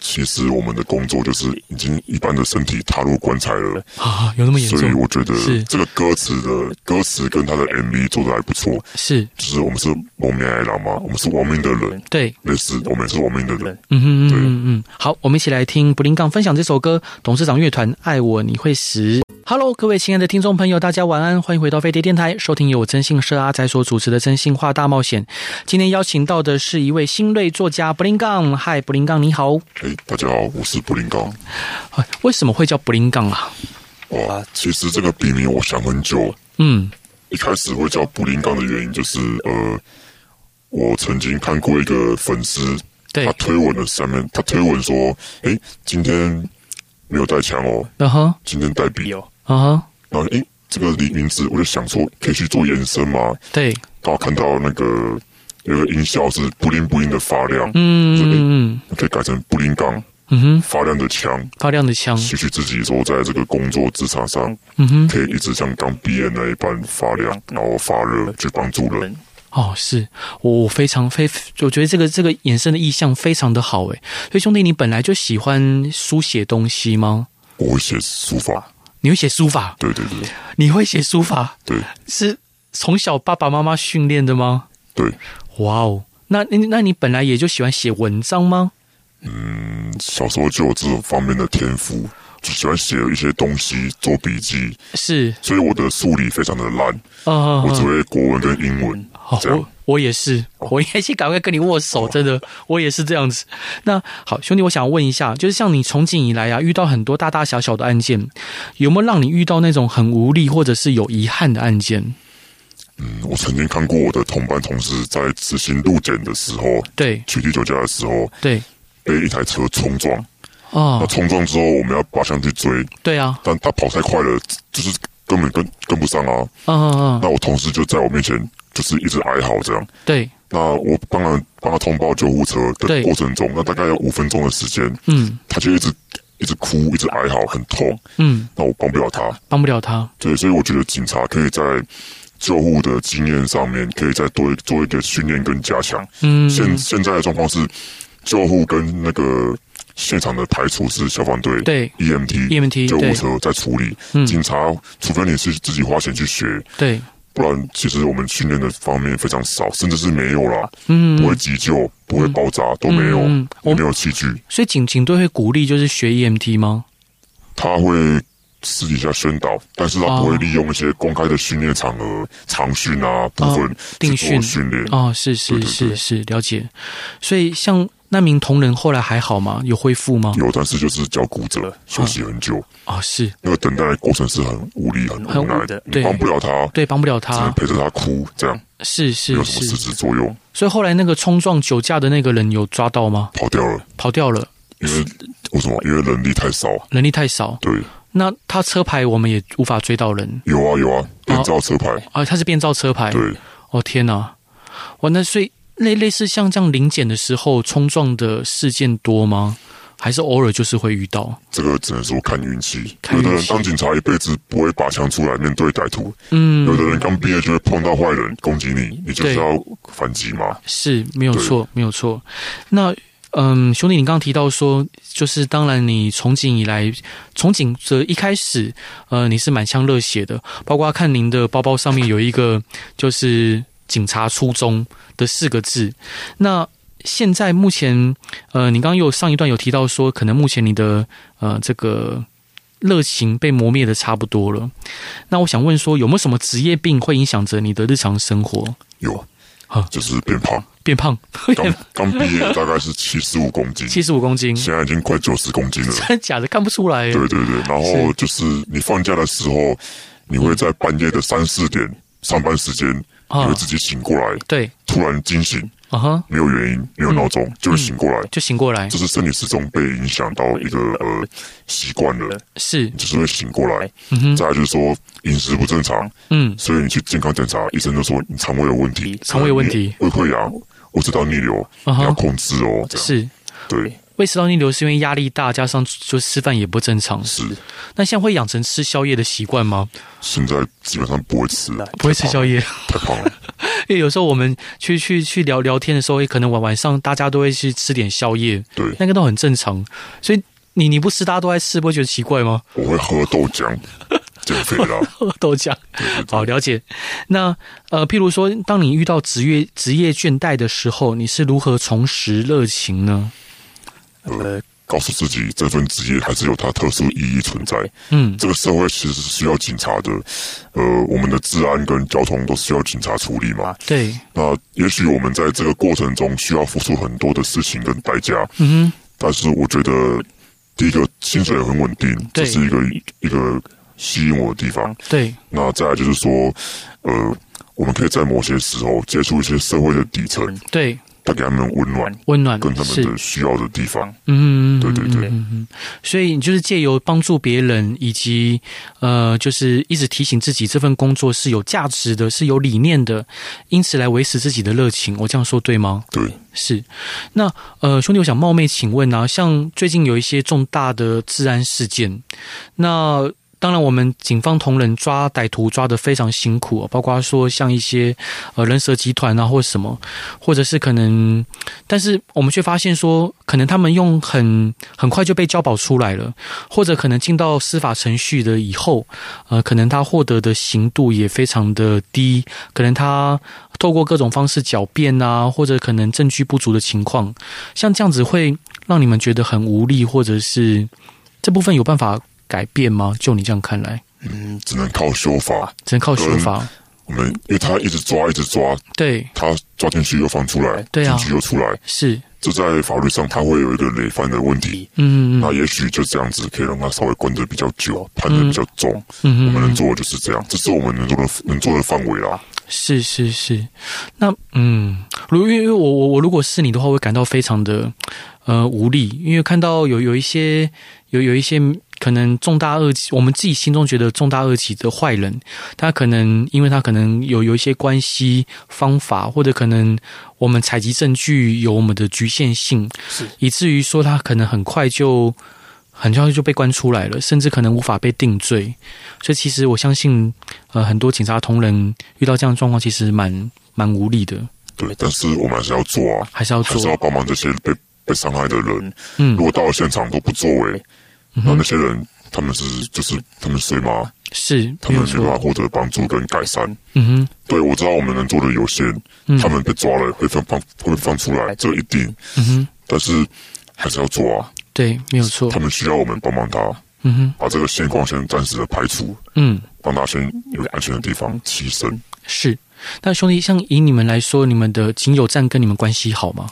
S2: 其实我们的工作就是已经一般的身体踏入棺材了，
S1: 啊，有那么严
S2: 所以
S1: 重？
S2: 我觉得
S1: 是
S2: 这个歌词的歌词跟他的 MV 做的还不错，
S1: 是，
S2: 就是我们是亡命爱狼嘛，我们是亡命的人，
S1: 对，
S2: 类似我们也是亡命的人。
S1: 嗯哼嗯嗯嗯嗯，好，我们一起来听布林杠分享这首歌，董事长乐团《爱我你会死》。Hello，各位亲爱的听众朋友，大家晚安，欢迎回到飞碟电台，收听由我真性社阿仔所主持的《真心话大冒险》。今天邀请到的是一位新锐作家布林杠，嗨，布林杠你好，
S2: 哎，大家好，我是布林刚。
S1: 哎为什么会叫布林杠啊？
S2: 哇，其实这个笔名我想很久，
S1: 嗯
S2: 一开始会叫布林刚的原因就是呃，我曾经看过一个粉丝，
S1: 对
S2: 他推文的上面，他推文说，哎，今天没有带枪哦，
S1: 嗯哼，
S2: 今天带笔哦，
S1: 啊哈，
S2: 然后哎，这个名字我就想说可以去做延伸吗？
S1: 对，
S2: 刚好看到那个有个音效是布灵布灵的发亮，
S1: 嗯嗯
S2: 可以改成布灵钢
S1: 嗯哼，
S2: 发亮的枪，
S1: 发亮的枪，
S2: 期许自己说在这个工作职场上，
S1: 嗯哼，
S2: 可以一直像刚毕业那一般发亮，然后发热去帮助人。
S1: 哦，是我我非常非，我觉得这个这个衍生的意象非常的好诶。所以兄弟，你本来就喜欢书写东西吗？
S2: 我会写书法，
S1: 你会写书法？
S2: 对对对
S1: 你会写书法
S2: 对
S1: 是从小爸爸妈妈训练的吗？
S2: 对，
S1: 哇哦，那你那你本来也就喜欢写文章吗？
S2: 嗯，小时候就有这方面的天赋，就喜欢写一些东西做笔记，
S1: 是，
S2: 所以我的数理非常的烂，
S1: 呃，
S2: 我只会国文跟英文
S1: 好，
S2: 这样
S1: 哦
S2: 哦
S1: 我。我也是，我也是赶快跟你握手，真的，我也是这样子。那好，兄弟，我想问一下，就是像你从警以来啊，遇到很多大大小小的案件，有没有让你遇到那种很无力或者是有遗憾的案件？
S2: 嗯我曾经看过我的同班同事在执行路检的时候，
S1: 对
S2: 取缔酒驾的时候，
S1: 对
S2: 被一台车冲撞。那
S1: 哦，
S2: 冲撞之后，我们要拔枪去追，
S1: 对啊，
S2: 但他跑太快了，就是根本跟跟不上啊。
S1: 嗯嗯嗯，
S2: 那我同事就在我面前，就是一直哀嚎这样。
S1: 对，
S2: 那我当然帮他通报救护车
S1: 对
S2: 的过程中，那大概要五分钟的时间，
S1: 嗯
S2: 他就一直一直哭，一直哀嚎，很痛。
S1: 嗯，
S2: 那我帮不了他，
S1: 帮不了他，
S2: 对，所以我觉得警察可以在救护的经验上面，可以再多做一个训练跟加强。
S1: 嗯，
S2: 现现在的状况是，救护跟那个现场的排除是消防队、
S1: 对 E
S2: EMT、
S1: EMT
S2: 救护车在处理。
S1: 嗯
S2: 警察，除非你是自己花钱去学，
S1: 对，
S2: 不然其实我们训练的方面非常少，甚至是没有啦。
S1: 嗯
S2: 不会急救，不会爆炸，都没有，
S1: 嗯嗯
S2: 也没有器具。
S1: 所以警警队会鼓励就是学 EMT 吗？
S2: 他会私底下宣导，但是他
S1: 哦
S2: 不会利用一些公开的训练场合、长训啊部分
S1: 哦定
S2: 去
S1: 训
S2: 做训练。
S1: 哦，是是
S2: 嗯对对
S1: 是
S2: 对
S1: 是，了解。所以像那名同仁后来还好吗？有恢复吗？
S2: 有，但是就是脚骨折，休息很久。
S1: 哦，是
S2: 那个等待的过程是很无力、很
S1: 哦很
S2: 无
S1: 无
S2: 奈
S1: 的，对
S2: 你帮不了他，
S1: 对，帮不了
S2: 只能
S1: 他，
S2: 陪着他哭，这样
S1: 是
S2: 没
S1: 是
S2: 有什么实
S1: 是。
S2: 质作用，
S1: 所以后来那个冲撞酒驾的那个人有抓到吗？
S2: 跑掉了。
S1: 跑掉了，
S2: 因为为什么？因为人力太少。
S1: 人力太少。
S2: 对，
S1: 那他车牌我们也无法追到人
S2: 有啊有啊，
S1: 哦
S2: 变造车牌。
S1: 啊，他是变造车牌。
S2: 对，
S1: 哦天哪，哇，那所以类类似像这样临检的时候冲撞的事件多吗？还是偶尔就是会遇到？
S2: 这个只能说看运气。
S1: 看
S2: 有
S1: 运气
S2: 的人当警察一辈子不会拔枪出来面对歹徒，
S1: 嗯，
S2: 有的人刚毕业就会碰到坏人攻击你，你就
S1: 对
S2: 是要反击嘛。
S1: 是没有
S2: 对
S1: 错，没有错。那嗯，兄弟，你刚刚提到说，就是当然你从警以来，从警这一开始，呃，你是满腔热血的，包括看您的包包上面有一个就是“警察初衷”的四个字。那现在目前，呃，你刚刚有上一段有提到说，可能目前你的呃这个热情被磨灭的差不多了。那我想问说，有没有什么职业病会影响着你的日常生活？
S2: 有
S1: 啊，
S2: 就是变胖，
S1: 变胖，
S2: 刚刚毕业大概是七十五公斤，
S1: 七十五公斤，
S2: 现在已经快九十公斤了。
S1: 真的假的看不出来耶。
S2: 对对对，然后就是你放假的时候，你会在半夜的三四点上班时间，
S1: 啊
S2: 你会自己醒过来，
S1: 对，
S2: 突然惊醒，
S1: 啊哈，
S2: 没有原因，没有闹
S1: 嗯
S2: 钟，就会醒过来。
S1: 就醒过来
S2: 这，是身体始终被影响到一个呃习惯了，
S1: 是，
S2: 就是会醒过来。
S1: 嗯哼，
S2: 再来就是说饮食不正常，
S1: 嗯，
S2: 所以你去健康检查，医生就说你肠胃有问题，
S1: 肠胃有问题
S2: 可能你胃溃疡，我知道逆流，
S1: 啊
S2: 你要
S1: 哈，
S2: 控制哦。这样
S1: 是。
S2: 对，
S1: 胃食道逆流是因为压力大，加上就吃饭也不正常。
S2: 是
S1: 那现在会养成吃宵夜的习惯吗？
S2: 现在基本上不会吃了，
S1: 不会吃宵夜，
S2: 太胖了。
S1: 因为有时候我们去去去聊聊天的时候，也可能晚晚上大家都会去吃点宵夜，
S2: 对，
S1: 那个都很正常。所以你你不吃，大家都在吃，不会觉得奇怪吗？
S2: 我会喝豆 浆减肥啦。
S1: 豆浆。好，哦了解。那呃，譬如说，当你遇到职业职业倦怠的时候，你是如何重拾热情呢？
S2: 呃，告诉自己这份职业还是有它特殊意义存在。
S1: 嗯，
S2: 这个社会其实是需要警察的，呃，我们的治安跟交通都需要警察处理嘛。
S1: 对，
S2: 那也许我们在这个过程中需要付出很多的事情跟代价，
S1: 嗯
S2: 但是我觉得第一个薪水很稳定，
S1: 对
S2: 这是一个一个吸引我的地方。
S1: 哼，对，
S2: 那再来就是说，呃，我们可以在某些时候接触一些社会的底层，
S1: 对，
S2: 带给他们温暖
S1: 温暖
S2: 跟他
S1: 是
S2: 们，的需要的地方。
S1: 嗯，
S2: 对对对
S1: 嗯嗯嗯所以你就是借由帮助别人，以及呃，就是一直提醒自己这份工作是有价值的，是有理念的，因此来维持自己的热情。我这样说对吗？
S2: 对，
S1: 是，那呃，兄弟，我想冒昧请问啊，像最近有一些重大的治安事件，那当然我们警方同仁抓歹徒抓得非常辛苦、哦，包括说像一些呃人蛇集团啊，或什么，或者是可能，但是我们却发现说，可能他们用很很快就被交保出来了，或者可能进到司法程序的以后，呃，可能他获得的刑度也非常的低，可能他透过各种方式狡辩啊，或者可能证据不足的情况，像这样子会让你们觉得很无力，或者是这部分有办法改变吗？就你这样看来，
S2: 只能靠修法。
S1: 只能靠说法。
S2: 我们因为他一直抓，一直抓，
S1: 对，
S2: 他抓进去又放出来，
S1: 对啊
S2: 进去又出来，
S1: 是，
S2: 这在法律上他会有一个累犯的问题。
S1: 嗯
S2: 那
S1: 嗯
S2: 也许就这样子可以让他稍微关得比较久，判得比较重。我
S1: 嗯嗯
S2: 们能
S1: 嗯，
S2: 做的就是这样，这是我们能做的能做的范围啦。
S1: 是是是。那嗯，如因为因为我我我如果是你的话，我会感到非常的呃无力，因为看到有有一些有有一些可能重大恶极，我们自己心中觉得重大恶极的坏人，他可能因为他可能有有一些关系方法，或者可能我们采集证据有我们的局限性，
S2: 是
S1: 以至于说他可能很快就很快就被关出来了，甚至可能无法被定罪。所以其实我相信，呃，很多警察同仁遇到这样的状况，其实蛮蛮无力的，
S2: 对，但是我们还是要做啊，
S1: 还是要
S2: 还是
S1: 做
S2: 要。帮忙这些被被伤害的人。
S1: 嗯
S2: 如果到了现场都不作为，
S1: 嗯
S2: 那那
S1: 哼，
S2: 些人他们是就是他们睡吗？
S1: 是
S2: 他
S1: 没
S2: 们
S1: 有
S2: 没办法
S1: 错。
S2: 获得帮助跟改善。
S1: 嗯哼，
S2: 对，我知道我们能做的有限，
S1: 嗯
S2: 他们被抓了会放放会放出来，这一定。
S1: 嗯哼，
S2: 但是还是要做啊，
S1: 对，没有错
S2: 他。们需要我们帮忙他，
S1: 嗯哼，
S2: 把这个现况先暂时的排除，
S1: 嗯。
S2: 让他先有安全的地方栖身。
S1: 是，那兄弟，像以你们来说，你们的警友站跟你们关系好 吗？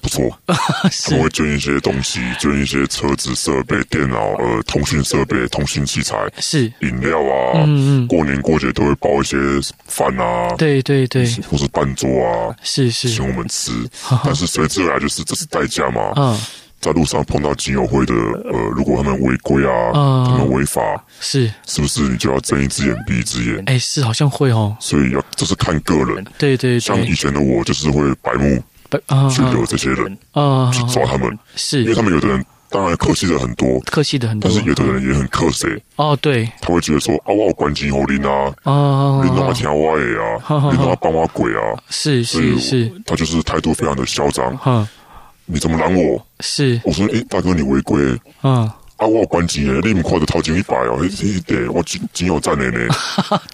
S2: 不错，他们会捐一些东西，捐一些车子、设备、电脑、呃，通讯设备、通信器材、
S1: 是，
S2: 饮料啊。
S1: 嗯嗯，
S2: 过年过节都会包一些饭啊，
S1: 对对对，
S2: 或是半桌啊，
S1: 是是
S2: 请，我们 吃。
S1: 哈哈
S2: 但是随之而来就是这是代价嘛，
S1: 嗯，
S2: 在路上碰到警友会的，呃，如果他们违规啊，
S1: 啊
S2: 他们违法，
S1: 是，
S2: 是不是你就要睁一只眼闭一只眼？
S1: 哎，是好像会哦，
S2: 所以要这是看个人，
S1: 对对
S2: 像以
S1: 对，
S2: 前的我就是会白目，
S1: 不啊
S2: 去惹这些人，
S1: 啊，
S2: 去抓他们，因为
S1: 是
S2: 他们有的人当然客气的很多，
S1: 客气的很多
S2: 但是有的人也很客气，
S1: 哦，对
S2: 他会觉得说啊，我有关心侯林啊，
S1: 啊
S2: 你，哪听我的啊，你哪帮我鬼啊，
S1: 哦是
S2: 所
S1: 是
S2: 以我
S1: 是，
S2: 他就是态度非常的嚣张，
S1: 哈
S2: 你怎么拦我？
S1: 是
S2: 我说诶、大哥你违规了。
S1: 嗯，
S2: 啊，我有关钱的，你唔看到头前一百哦，迄迄块我真真有赞的 呢。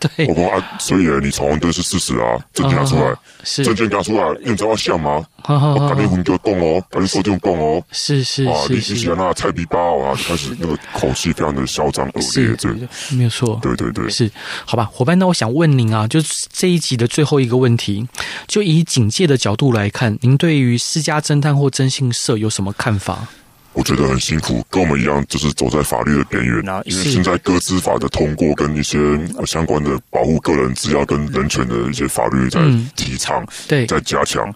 S1: 对
S2: 我，讲啊，所以你闯红灯是事实啊，证件拿出来，
S1: 哦是
S2: 证件拿出来，你唔知道我想吗？
S1: 哈哈
S2: 我
S1: 哈
S2: 把你分叫讲哦，把你收件讲哦，
S1: 是是
S2: 啊，你
S1: 是
S2: 你喜
S1: 是
S2: 欢那菜逼包啊，开始那个口气非常的嚣张恶劣，这
S1: 是，没有错。
S2: 对对对，
S1: 是，好吧，伙伴，那我想问您啊，就是这一集的最后一个问题，就以警戒的角度来看，您对于私家侦探或征信社有什么看法？
S2: 我觉得很辛苦，跟我们一样，就是走在法律的边缘
S3: 那，
S2: 因为
S1: 是
S2: 现在各自法的通过跟一些呃相关的保护个人资料跟人权的一些法律在
S1: 嗯
S2: 提倡。
S1: 对，
S2: 再加强，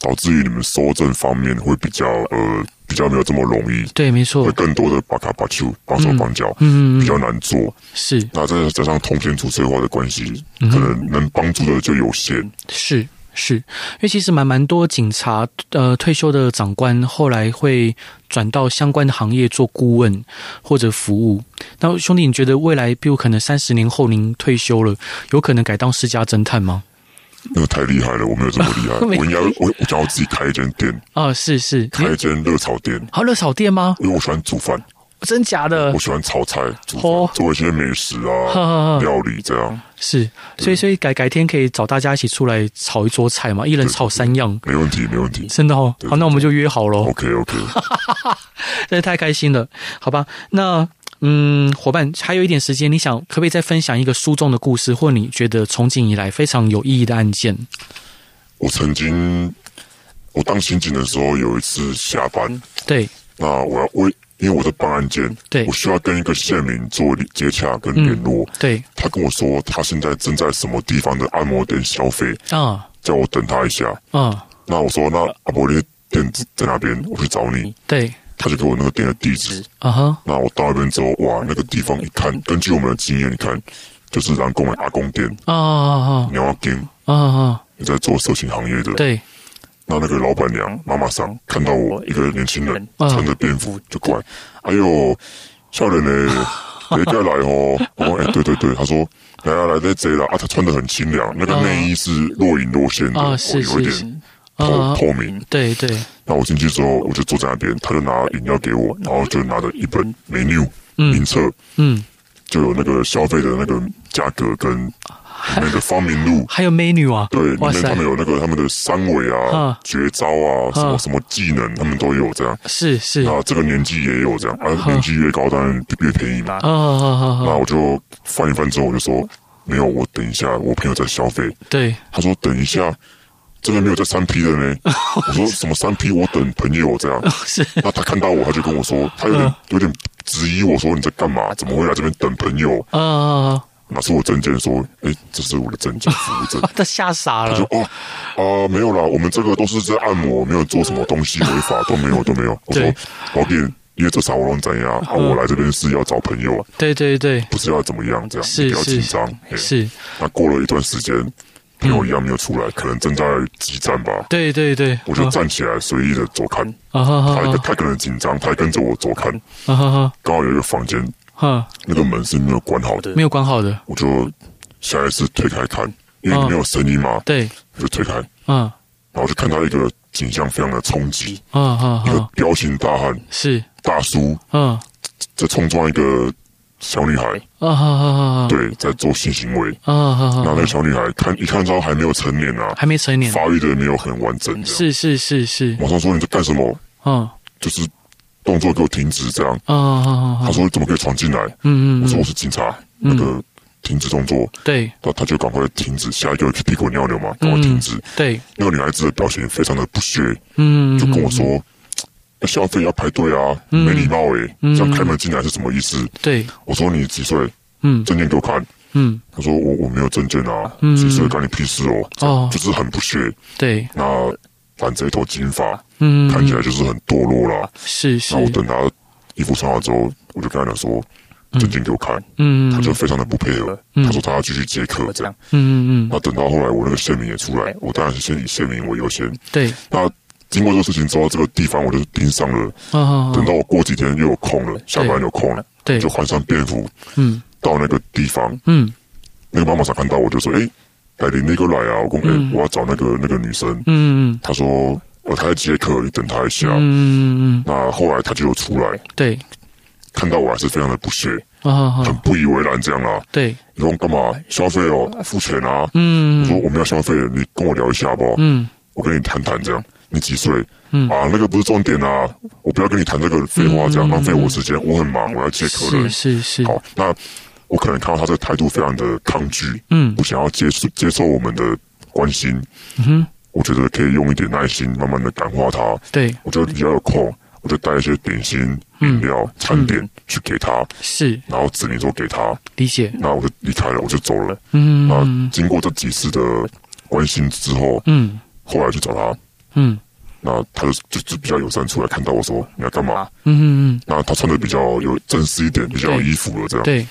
S2: 导致于你们搜证方面会比较呃比较没有这么容易，
S1: 对，没
S2: 会
S1: 错，
S2: 更多的把卡把球绑手绑脚，
S1: 嗯嗯嗯
S2: 比较难做。
S1: 是
S2: 那再加上通奸除罪化的关系，
S1: 嗯
S2: 可能能帮助的就有限。
S1: 是是，因为其实蛮蛮多警察呃退休的长官后来会转到相关的行业做顾问或者服务。那兄弟，你觉得未来，比如可能三十年后您退休了，有可能改当私家侦探吗？
S2: 那个太厉害了，我没有这么厉害，
S1: 没
S2: 我应该我我想要自己开一间店，
S1: 啊，是是，
S2: 开一
S1: 你
S2: 间热炒店。
S1: 好热炒店吗？
S2: 因为我喜欢煮饭，
S1: 真假的
S2: 我？喜欢炒菜、煮
S1: 呃哦
S2: 饭，做一些美食
S1: 呵呵
S2: 啊、料理这样，
S1: 是，所以所以改改天可以找大家一起出来炒一桌菜嘛，一人炒三样，
S2: 没问题，没问题。
S1: 真的哦。
S2: 对
S1: 好，那我们就约好喽，
S2: OK OK，
S1: 真是太开心了，好吧？那嗯，伙伴还有一点时间，你想可不可以再分享一个书中的故事，或你觉得从警以来非常有意义的案件？
S2: 我曾经我当刑警的时候，有一次下班，
S1: 嗯对，
S2: 那我要为因为我在办案件，
S1: 对嗯
S2: 我需要跟一个县民做接洽跟联络。
S1: 对
S2: 他跟我说他现在正在什么地方的按摩店消费，
S1: 啊
S2: 叫我等他一下。
S1: 啊，
S2: 那我说那阿伯的店在哪边？我去找你。
S1: 对
S2: 他就给我那个店的地址。
S1: 啊哈，
S2: 那我到那边之后，哇，那个地方一看，根据我们的经验，你看就是南宫的阿公店，
S1: 啊啊
S2: 鸟阿金
S1: 啊啊，
S2: 也在做色情行业的。
S1: 对，
S2: 那那个老板娘妈妈桑看到我一个年轻人
S1: 嗯
S2: 穿着便服就过来，哎呦，笑人呢，别再来哦。 我说哎，对对对，他说来啊来这贼了啊，他穿的很清凉，那个
S1: 嗯
S2: 内衣是若隐若现的，
S1: 啊
S2: 哦
S1: 是
S2: 有一
S1: 是是
S2: 点
S1: 啊
S2: 透透明。
S1: 对对，
S2: 那我进去之后，我就坐在那边，他就拿饮料给我，然后就拿着一本 menu 名册，
S1: 嗯，
S2: 就有那个消费的那个价格跟那个方明路。
S1: 还有美女啊，
S2: 对，里面他们有那个他们的三维
S1: 嗯
S2: 啊、绝招啊、什么
S1: 嗯
S2: 什么技能，他们都有这样。
S1: 是是啊
S2: 那这个年纪也有这样，啊，年纪越高当然越便宜嘛。
S1: 啊啊啊，
S2: 那我就翻一翻之后，我就说没有，我等一下，我朋友在消费。
S1: 对
S2: 他说等一下，这边没有在三 P 的呢。我说什么三 P？我等朋友这样。
S1: 是。
S2: 那他看到我，他就跟我说，他有点有点质疑我说你在干嘛？怎么会来这边等朋友？
S1: 啊啊
S2: 拿出我证件说，哎，这是我的证件，服务证
S1: 啊！。他吓傻
S2: 他说
S1: 了，
S2: 哦，啊、没有啦，我们这个都是在按摩，没有做什么东西违法，都没有，都没有。我说
S1: 对嗯
S2: 老弟，因为这啥我弄怎样啊？我来这边是要找朋友，
S1: 对对对，
S2: 不是要怎么样这样，
S1: 是
S2: 你不要紧
S1: 是
S2: 张。嘿
S1: 是，嗯
S2: 那过了一段时间，朋友一样没有出来，可能正在激战吧。
S1: 对对对，
S2: 我就站起来随意的左看，
S1: 啊哈
S2: 他
S1: 哈
S2: 他可能紧张，他还跟着我左看。
S1: 啊哈
S2: 刚好有一个房间，
S1: 哈，
S2: 那个门是没有关好的，
S1: 没有管好的，
S2: 我就下意识推开看，因为没有声音嘛，
S1: 嗯对，
S2: 我就推开，然
S1: 啊
S2: 后就看到一个景象非常的冲击。
S1: 啊啊
S2: 一个
S1: 啊，
S2: 彪形大汉
S1: 是，
S2: 大叔
S1: 啊
S2: 在冲撞一个小女孩，
S1: 啊哈哈哈，
S2: 对，在做性行为。
S1: 啊哈
S2: 然后那
S1: 哈，
S2: 个小女孩看一看到还没有成年啊，
S1: 还没成年，
S2: 发育的没有很完整，这样
S1: 嗯是是是是，
S2: 马上说你在干什么？
S1: 啊
S2: 就是动作给我停止，这样。
S1: 啊啊
S2: 他
S1: 啊，
S2: 说你怎么可以闯进来？
S1: 嗯嗯
S2: 我
S1: 嗯，
S2: 说我是警察，那个停止动作。
S1: 对
S2: 那他就赶快停止，下一个屁股尿流
S1: 嗯
S2: 嘛，赶快停止。
S1: 对，
S2: 那个女孩子的表情非常的不屑，
S1: 嗯，
S2: 就跟我说：“要消费要排队啊，没礼貌诶、这样开门进来是什么意思？”
S1: 对，
S2: 我说你几岁？
S1: 嗯
S2: 证件给我看。
S1: 嗯，
S2: 他说我我没有证件啊，几岁关你屁事哦。
S1: 哦
S2: 就是很不屑。
S1: 对，
S2: 那染着一头金发，
S1: 嗯，
S2: 看起来就是很堕落啦。
S1: 是是
S2: 那，我等他衣服穿好之后，我就跟他讲说，证件给我看。
S1: 嗯
S2: 他
S1: 嗯
S2: 就非常的不配合，他说他要继续接客这样。
S1: 嗯嗯，
S2: 那等到后来我那个县民也出来，我当然是先以县民为优先。
S1: 对，
S2: 那经过这个事情之后，这个地方我就盯上了。
S1: 嗯嗯嗯
S2: 等到我过几天又有空了，下班有空了，
S1: 对
S2: 就换上便服
S1: 嗯
S2: 到那个地方，
S1: 嗯
S2: 那个妈妈想看到我就说：“哎、哎，你那个来啊！”我讲：“哎、我要找那个那个女生。
S1: 嗯
S2: 她说：“呃，她在接客，你等她一下。
S1: 嗯嗯，
S2: 那后来她就出来，
S1: 对，
S2: 看到我还是非常的不屑，
S1: 啊
S2: 很
S1: 哈，
S2: 不以为然这样啊。
S1: 对，
S2: 然后干嘛消费哦，付钱啊。我说
S1: 哎嗯
S2: 我们要消费，你跟我聊一下好不好？
S1: 嗯
S2: 我跟你谈谈这样。你几岁？
S1: 嗯
S2: 啊，那个不是重点啊，我不要跟你谈这个废话，这样浪费我时间。我很忙，我要接客人
S1: 嗯是。是是，
S2: 好，那我可能看到他这个态度非常的抗拒，
S1: 嗯
S2: 不想要接受接受我们的关心，
S1: 嗯哼，
S2: 我觉得可以用一点耐心，慢慢的感化他。
S1: 对，嗯
S2: 我就比较有空，我就带一些点心、饮料、餐点去给他，
S1: 是
S2: 然后指明说给他，
S1: 理解，
S2: 那我就离开了，我就走了。
S1: 嗯
S2: 那
S1: 嗯
S2: 经过这几次的关心之后，
S1: 嗯
S2: 后来去找他，
S1: 嗯
S2: 那他就就就比较友善出来看到我说你要干嘛？
S1: 嗯嗯，
S2: 那他穿的比较有正式一点，比较有衣服了这样。
S1: 对，嗯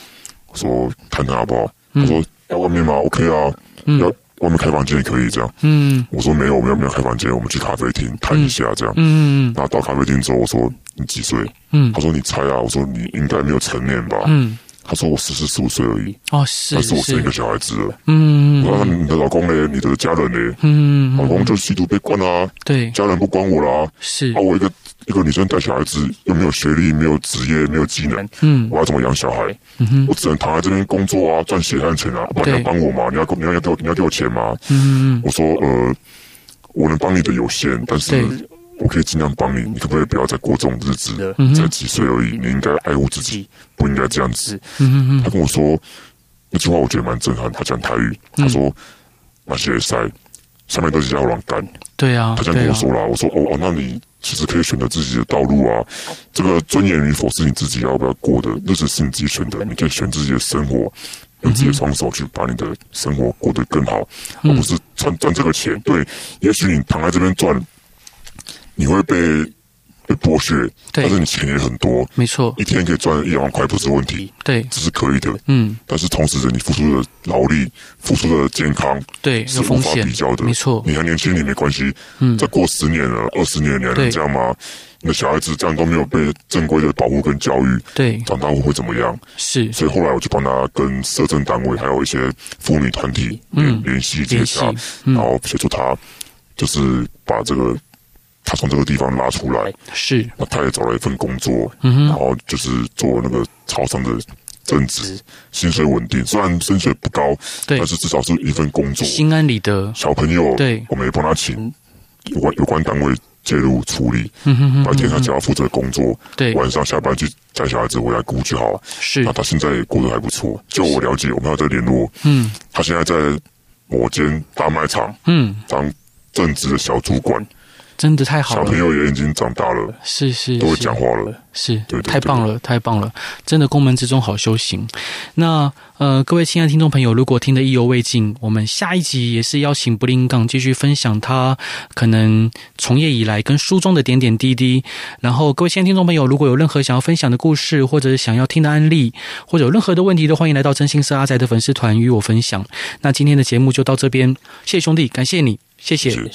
S2: 我说看看好不好？他说要外面吗？OK 啊，要外面开房间也可以这样。
S1: 嗯
S2: 我说没有，我们要没有开房间，我们去咖啡厅看一下这样。
S1: 嗯嗯
S2: 那到咖啡厅之后，我说你几岁？
S1: 嗯
S2: 他说你猜啊。我说你应该没有成年吧？
S1: 嗯，
S2: 他说我十四十五岁而已，
S1: 哦是
S2: 但是我生一
S1: 是
S2: 个，小孩子了。
S1: 嗯
S2: 我说那你的老公呢？你的家人呢？
S1: 嗯
S2: 老
S1: 嗯，
S2: 公就吸毒被关啦、
S1: 对，
S2: 家人不管我啦、
S1: 是
S2: 啊，，我一个一个女生带小孩子，又没有学历，没有职业，没有技能，
S1: 嗯
S2: 我要怎么养小孩？
S1: 嗯哼
S2: 我只能躺在这边工作啊，赚血汗钱啊。不然你要帮我吗？你要你要你要给我你要给我钱吗？
S1: 嗯嗯
S2: 我说呃，我能帮你的有限，但是
S1: 对
S2: 我可以尽量帮你。你可不可以不要再过这种日子？
S1: 嗯哼
S2: 才几岁而已，你应该爱护自己，不应该这样子。
S1: 嗯嗯
S2: 他跟我说那句话，我觉得蛮震撼。他讲台语，
S1: 嗯
S2: 他说那些塞下面都是要乱干。
S1: 对啊
S2: 他这样
S1: 对
S2: 跟我
S1: 啊，
S2: 说啦，我说哦哦，那你其实可以选择自己的道路啊，这个尊严与否是你自己要不要过的，日子是你自己选的，你可以选自己的生活，用自己的
S1: 嗯
S2: 双手去把你的生活过得更好，而不是赚赚这个钱。对，也许你躺在这边赚，你会被被剥削，
S1: 对
S2: 但是你钱也很多，
S1: 没错
S2: 一，天可以赚一两万块不是问题，
S1: 对，
S2: 这是可以的。
S1: 嗯
S2: 但是同时，你付出的劳力、付出的健康，
S1: 对，
S2: 是
S1: 有
S2: 无
S1: 风
S2: 法
S1: 险
S2: 比较的，
S1: 没错，
S2: 你还年轻，你没关系。
S1: 嗯
S2: 再过十年了、二十年，啊你还
S1: 对
S2: 能这样吗？你的小孩子这样都没有被正规的保护跟教育，
S1: 对
S2: 长大后会怎么样？
S1: 是
S2: 所以后来我就帮他跟社政单位还有一些妇女团体联联系接洽
S1: 嗯联系，嗯
S2: 然后协助他，就是把这个他从这个地方拉出来。
S1: 是，
S2: 那他也找了一份工作，
S1: 嗯
S2: 然
S1: 哼，
S2: 后就是做那个超商的正职，薪水稳定，虽然薪水不高，
S1: 对
S2: 但是至少是一份工作。
S1: 心安理得，
S2: 小朋友，
S1: 对
S2: 我们也帮他请有关有关单位介入处理。
S1: 嗯哼哼
S2: 白天他只要负责工作，
S1: 对
S2: 晚上下班去带小孩子回来顾就好。
S1: 是
S2: 那，他现在也过得还不错，就我了解，我们还有在联络。
S1: 嗯
S2: 他现在在某间大卖场
S1: 嗯，
S2: 当正职的小主管，
S1: 真的太好
S2: 小朋
S1: 了，
S2: 友也已经长大了，
S1: 是是
S2: 都会
S1: 是
S2: 讲话了。
S1: 是
S2: 对对对
S1: 太棒了，太棒了！真的宫门之中好修行。那呃，各位亲爱的听众朋友，如果听得意犹未尽，我们下一集也是邀请布林港继续分享他可能从业以来跟书中的点点滴滴。然后，各位亲爱的听众朋友，如果有任何想要分享的故事，或者是想要听的案例，或者有任何的问题，都欢迎来到真心是阿宅的粉丝团与我分享。那今天的节目就到这边，谢谢兄弟，感谢你，谢谢。
S2: 谢谢